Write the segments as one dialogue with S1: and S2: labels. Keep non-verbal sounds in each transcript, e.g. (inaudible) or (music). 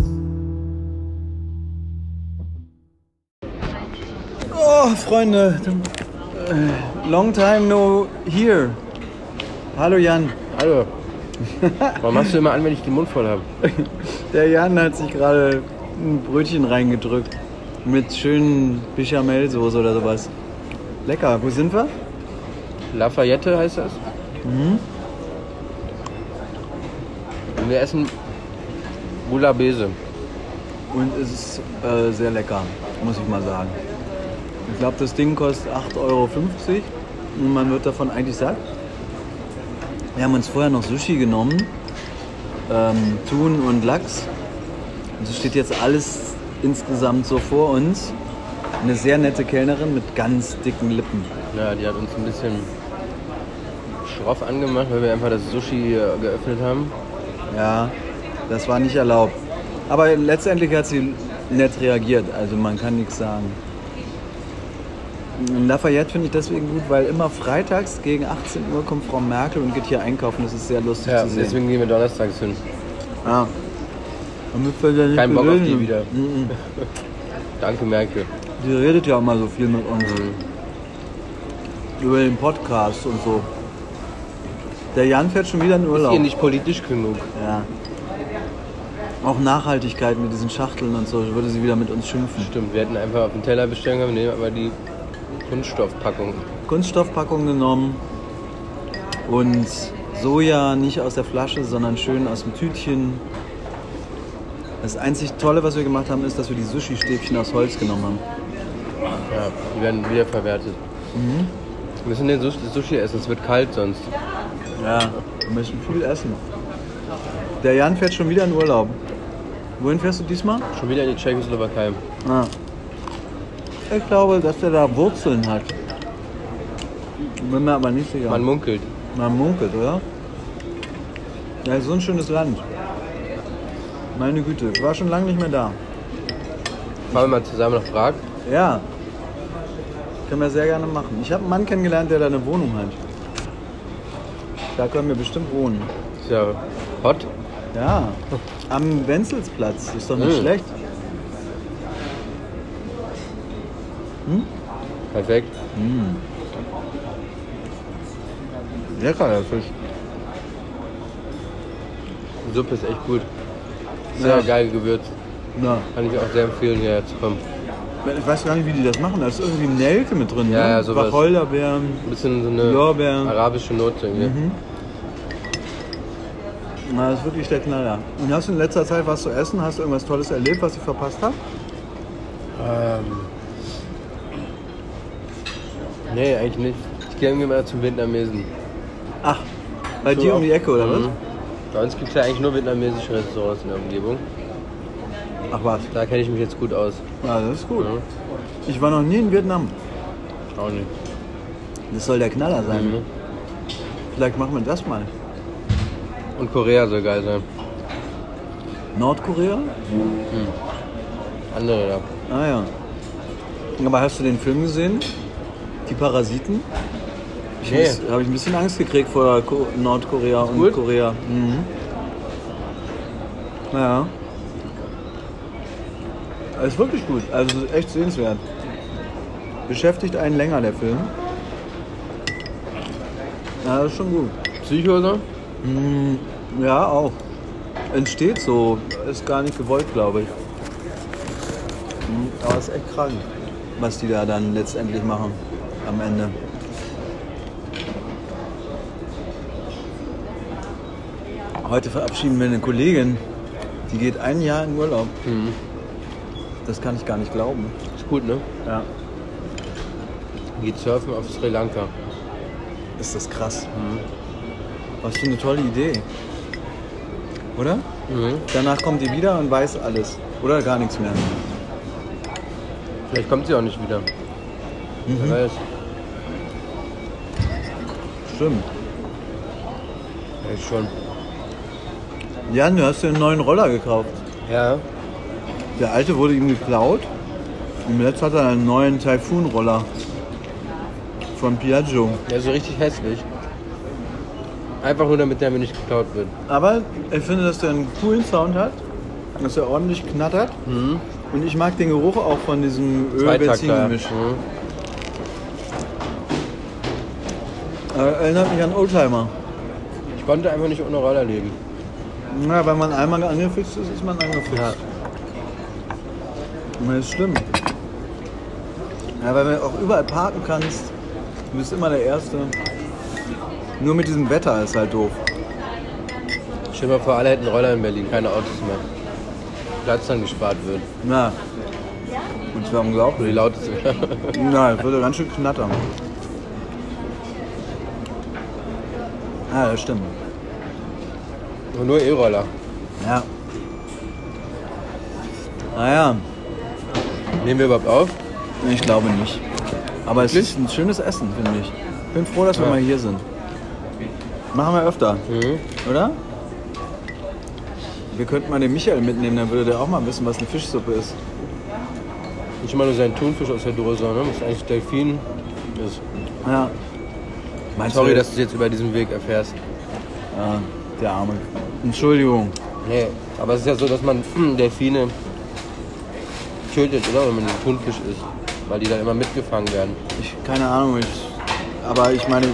S1: So, Oh, Freunde. äh, Long time no here. Hallo Jan. (laughs)
S2: Hallo. Warum machst du immer an, wenn ich den Mund voll habe?
S1: Der Jan hat sich gerade ein Brötchen reingedrückt. Mit schönen Bichamelsoße oder sowas. Lecker. Wo sind wir?
S2: Lafayette heißt das?
S1: Mhm.
S2: Und wir essen Boulabese.
S1: Und es ist äh, sehr lecker, muss ich mal sagen. Ich glaube, das Ding kostet 8,50 Euro. Und man wird davon eigentlich satt. Wir haben uns vorher noch Sushi genommen. Ähm, Thun und Lachs. Und so steht jetzt alles insgesamt so vor uns. Eine sehr nette Kellnerin mit ganz dicken Lippen.
S2: Ja, die hat uns ein bisschen schroff angemacht, weil wir einfach das Sushi äh, geöffnet haben.
S1: Ja, das war nicht erlaubt. Aber letztendlich hat sie nett reagiert, also man kann nichts sagen. In Lafayette finde ich deswegen gut, weil immer freitags gegen 18 Uhr kommt Frau Merkel und geht hier einkaufen. Das ist sehr lustig
S2: Ja,
S1: zu sehen.
S2: deswegen gehen wir donnerstags hin.
S1: Ah. Damit wir ja nicht
S2: Kein Bock auf die
S1: bereden.
S2: wieder.
S1: Mhm.
S2: Danke, Merkel.
S1: Die redet ja immer so viel mit uns. Über den Podcast und so. Der Jan fährt schon wieder in
S2: Ist
S1: Urlaub.
S2: ihr nicht politisch genug?
S1: Ja. Auch Nachhaltigkeit mit diesen Schachteln und so, würde sie wieder mit uns schimpfen.
S2: Stimmt, wir hätten einfach auf den Teller bestellen können, wir nehmen aber die Kunststoffpackung.
S1: Kunststoffpackung genommen und Soja nicht aus der Flasche, sondern schön aus dem Tütchen. Das einzig Tolle, was wir gemacht haben, ist, dass wir die Sushi-Stäbchen aus Holz genommen haben.
S2: Ja, die werden wiederverwertet.
S1: Mhm.
S2: Wir müssen den Sushi, das Sushi essen, es wird kalt sonst.
S1: Ja, wir müssen viel essen. Der Jan fährt schon wieder in Urlaub. Wohin fährst du diesmal?
S2: Schon wieder in die Tschechoslowakei.
S1: Ah. Ich glaube, dass er da Wurzeln hat. Bin mir aber nicht sicher.
S2: Man munkelt.
S1: Man munkelt, oder? Ja, ist so ein schönes Land. Meine Güte, ich war schon lange nicht mehr da.
S2: Fahren wir mal zusammen nach Prag.
S1: Ja. Können wir sehr gerne machen. Ich habe einen Mann kennengelernt, der da eine Wohnung hat. Da können wir bestimmt wohnen.
S2: Ist ja hot.
S1: Ja. Am Wenzelsplatz. Ist doch nicht
S2: Mhm.
S1: schlecht.
S2: Perfekt.
S1: Lecker, der Fisch.
S2: Die Suppe ist echt gut. Sehr
S1: Ja.
S2: geil gewürzt.
S1: Na,
S2: Kann ich auch sehr empfehlen, hierher zu kommen.
S1: ich weiß gar nicht, wie die das machen. Da ist irgendwie Nelke mit drin.
S2: Ja,
S1: ne?
S2: ja, sowas.
S1: Wacholderbeeren.
S2: Ein bisschen so eine
S1: Lorbeeren.
S2: arabische Note. irgendwie.
S1: Mhm. Na, das ist wirklich der Knaller. Und hast du in letzter Zeit was zu essen? Hast du irgendwas Tolles erlebt, was ich verpasst habe?
S2: Ähm. Nee, eigentlich nicht. Ich gehe irgendwie mal zum Vietnamesen.
S1: Ach, bei dir um die Ecke, oder was?
S2: Mhm. Bei uns gibt es ja eigentlich nur vietnamesische Restaurants in der Umgebung.
S1: Ach was,
S2: Da kenne ich mich jetzt gut aus.
S1: ja, das ist gut.
S2: Mhm.
S1: Ich war noch nie in Vietnam.
S2: Auch nicht.
S1: Das soll der Knaller sein.
S2: Mhm.
S1: Vielleicht machen wir das mal.
S2: Und Korea soll geil sein.
S1: Nordkorea?
S2: Andere da.
S1: Ah ja. Aber hast du den Film gesehen? Die Parasiten? Ich
S2: Nee.
S1: muss- habe ich ein bisschen Angst gekriegt vor Ko Nordkorea und
S2: gut?
S1: Korea. Mhm. Ja. Aber Ist wirklich gut. Also ist echt sehenswert. Beschäftigt einen länger, der Film. Ja, das ist schon gut.
S2: Psycho so?
S1: Mm, Ja, auch. Entsteht so. Ist gar nicht gewollt, glaube ich. Mm, Aber ist echt krank, was die da dann letztendlich machen am Ende. Heute verabschieden wir eine Kollegin, die geht ein Jahr in Urlaub.
S2: Mhm.
S1: Das kann ich gar nicht glauben.
S2: Ist gut, ne?
S1: Ja.
S2: Geht surfen auf Sri Lanka.
S1: Ist das krass. Was für eine tolle Idee. Oder?
S2: Mhm.
S1: Danach kommt die wieder und weiß alles. Oder gar nichts mehr.
S2: Vielleicht kommt sie auch nicht wieder. Wer weiß.
S1: Stimmt.
S2: Echt schon.
S1: Jan, du hast dir einen neuen Roller gekauft.
S2: Ja.
S1: Der alte wurde ihm geklaut. Und jetzt hat er einen neuen Typhoon-Roller. Von Piaggio.
S2: Der ist so richtig hässlich. Einfach nur damit der mir nicht geklaut wird.
S1: Aber ich finde, dass der einen coolen Sound hat. Dass er ordentlich knattert. Und ich mag den Geruch auch von diesem
S2: Zweitakter.
S1: Öl-Benzin-Gemisch.
S2: Mhm.
S1: Äh, erinnert mich an Oldtimer.
S2: Ich konnte einfach nicht ohne Roller leben.
S1: Na, wenn man einmal angefixt ist, ist man angefixt.
S2: Ja.
S1: Na, Das stimmt. Ja, weil du auch überall parken kannst. Du bist immer der Erste. Nur mit diesem Wetter ist halt doof.
S2: Stell dir mal vor, alle hätten Roller in Berlin, keine Autos mehr. Platz dann gespart wird.
S1: Na. Und zwar
S2: Nur
S1: unglaublich.
S2: die lauteste. (laughs)
S1: Na, das würde ganz schön knattern. Ah, das stimmt.
S2: Und nur E-Roller.
S1: Ja. Naja,
S2: Nehmen wir überhaupt auf?
S1: ich glaube nicht. Aber es
S2: Wirklich?
S1: ist ein schönes Essen, finde ich. Bin froh, dass wir
S2: Ja.
S1: mal hier sind. Machen wir öfter,
S2: Mhm.
S1: oder? Wir könnten mal den Michael mitnehmen, dann würde der auch mal wissen, was eine Fischsuppe ist.
S2: Nicht immer nur sein Thunfisch aus der Dose, ne? Das ist eigentlich Delfin. Das
S1: Ja. Meinst
S2: Sorry,
S1: du,
S2: dass du es jetzt über diesen Weg erfährst.
S1: Ja, der Arme. Entschuldigung.
S2: Nee, aber es ist ja so, dass man (clears throat) hm, Delfine tötet, oder? Wenn man den Thunfisch isst. Weil die dann immer mitgefangen werden.
S1: Ich, keine Ahnung, ich, aber ich meine,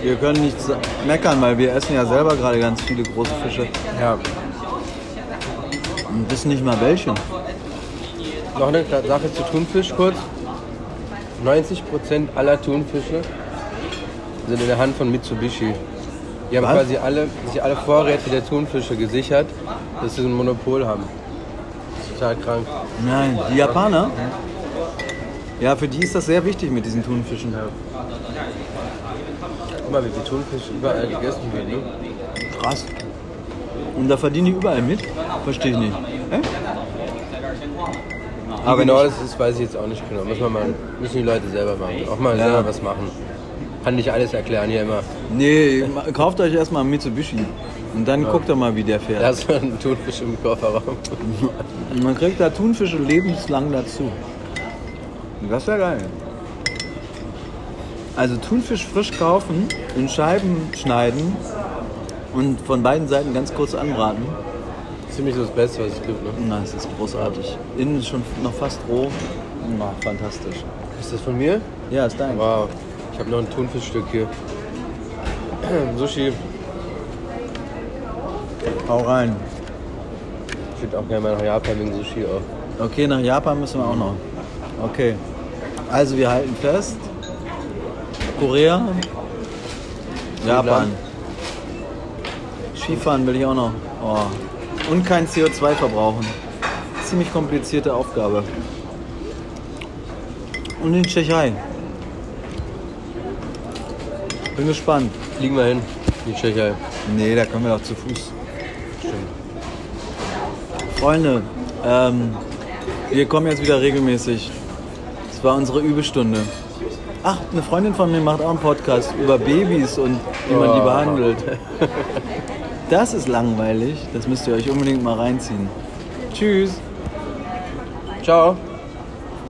S1: wir können nicht sa- meckern, weil wir essen ja selber gerade ganz viele große Fische
S2: Ja.
S1: und wissen nicht mal welche.
S2: Noch eine Kle- Sache zu Thunfisch kurz. 90% aller Thunfische sind in der Hand von Mitsubishi. Die haben
S1: Was?
S2: quasi alle, sich alle Vorräte der Thunfische gesichert, dass sie so ein Monopol haben. Das ist total krank.
S1: Nein, die Japaner? Ja, für die ist das sehr wichtig mit diesen Thunfischen.
S2: Guck mal, wie viel Thunfisch überall gegessen wird. Ne?
S1: Krass. Und da verdienen die überall mit? Verstehe ich nicht. Echt?
S2: Aber
S1: Aber
S2: genau
S1: nicht-
S2: das ist, weiß ich jetzt auch nicht genau. Müssen, wir mal, müssen die Leute selber machen. Auch mal
S1: Ja.
S2: selber was machen. Kann nicht alles erklären hier immer.
S1: Nee, ma- kauft euch erstmal einen Mitsubishi. Und dann guckt ihr mal, wie der fährt.
S2: Da ist ein Thunfisch im Kofferraum.
S1: Und Man kriegt da Thunfische lebenslang dazu. Das ist ja geil. Also Thunfisch frisch kaufen, in Scheiben schneiden und von beiden Seiten ganz kurz anbraten.
S2: (laughs) Ziemlich so das Beste, was es gibt. Ne?
S1: Na, es ist großartig. Innen ist schon noch fast roh. Na, fantastisch.
S2: Ist das von mir?
S1: Ja, ist dein.
S2: Wow, ich habe noch ein Thunfischstück hier. (clears throat) Sushi,
S1: Hau rein.
S2: ich würde auch gerne mal nach Japan wegen Sushi auch.
S1: Okay, nach Japan müssen wir auch noch. Okay. Also wir halten fest. Korea. Japan. Skifahren will ich auch noch. Oh. Und kein CO2 verbrauchen. Ziemlich komplizierte Aufgabe. Und in Tschechei. Bin gespannt.
S2: Fliegen wir hin, die Tschechei.
S1: Nee, da können wir doch zu Fuß. Freunde, ähm, wir kommen jetzt wieder regelmäßig. Das war unsere Übestunde. Ach, eine Freundin von mir macht auch einen Podcast über Babys und wie man die
S2: Oh.
S1: behandelt. Das ist langweilig. Das müsst ihr euch unbedingt mal reinziehen. Tschüss.
S2: Ciao.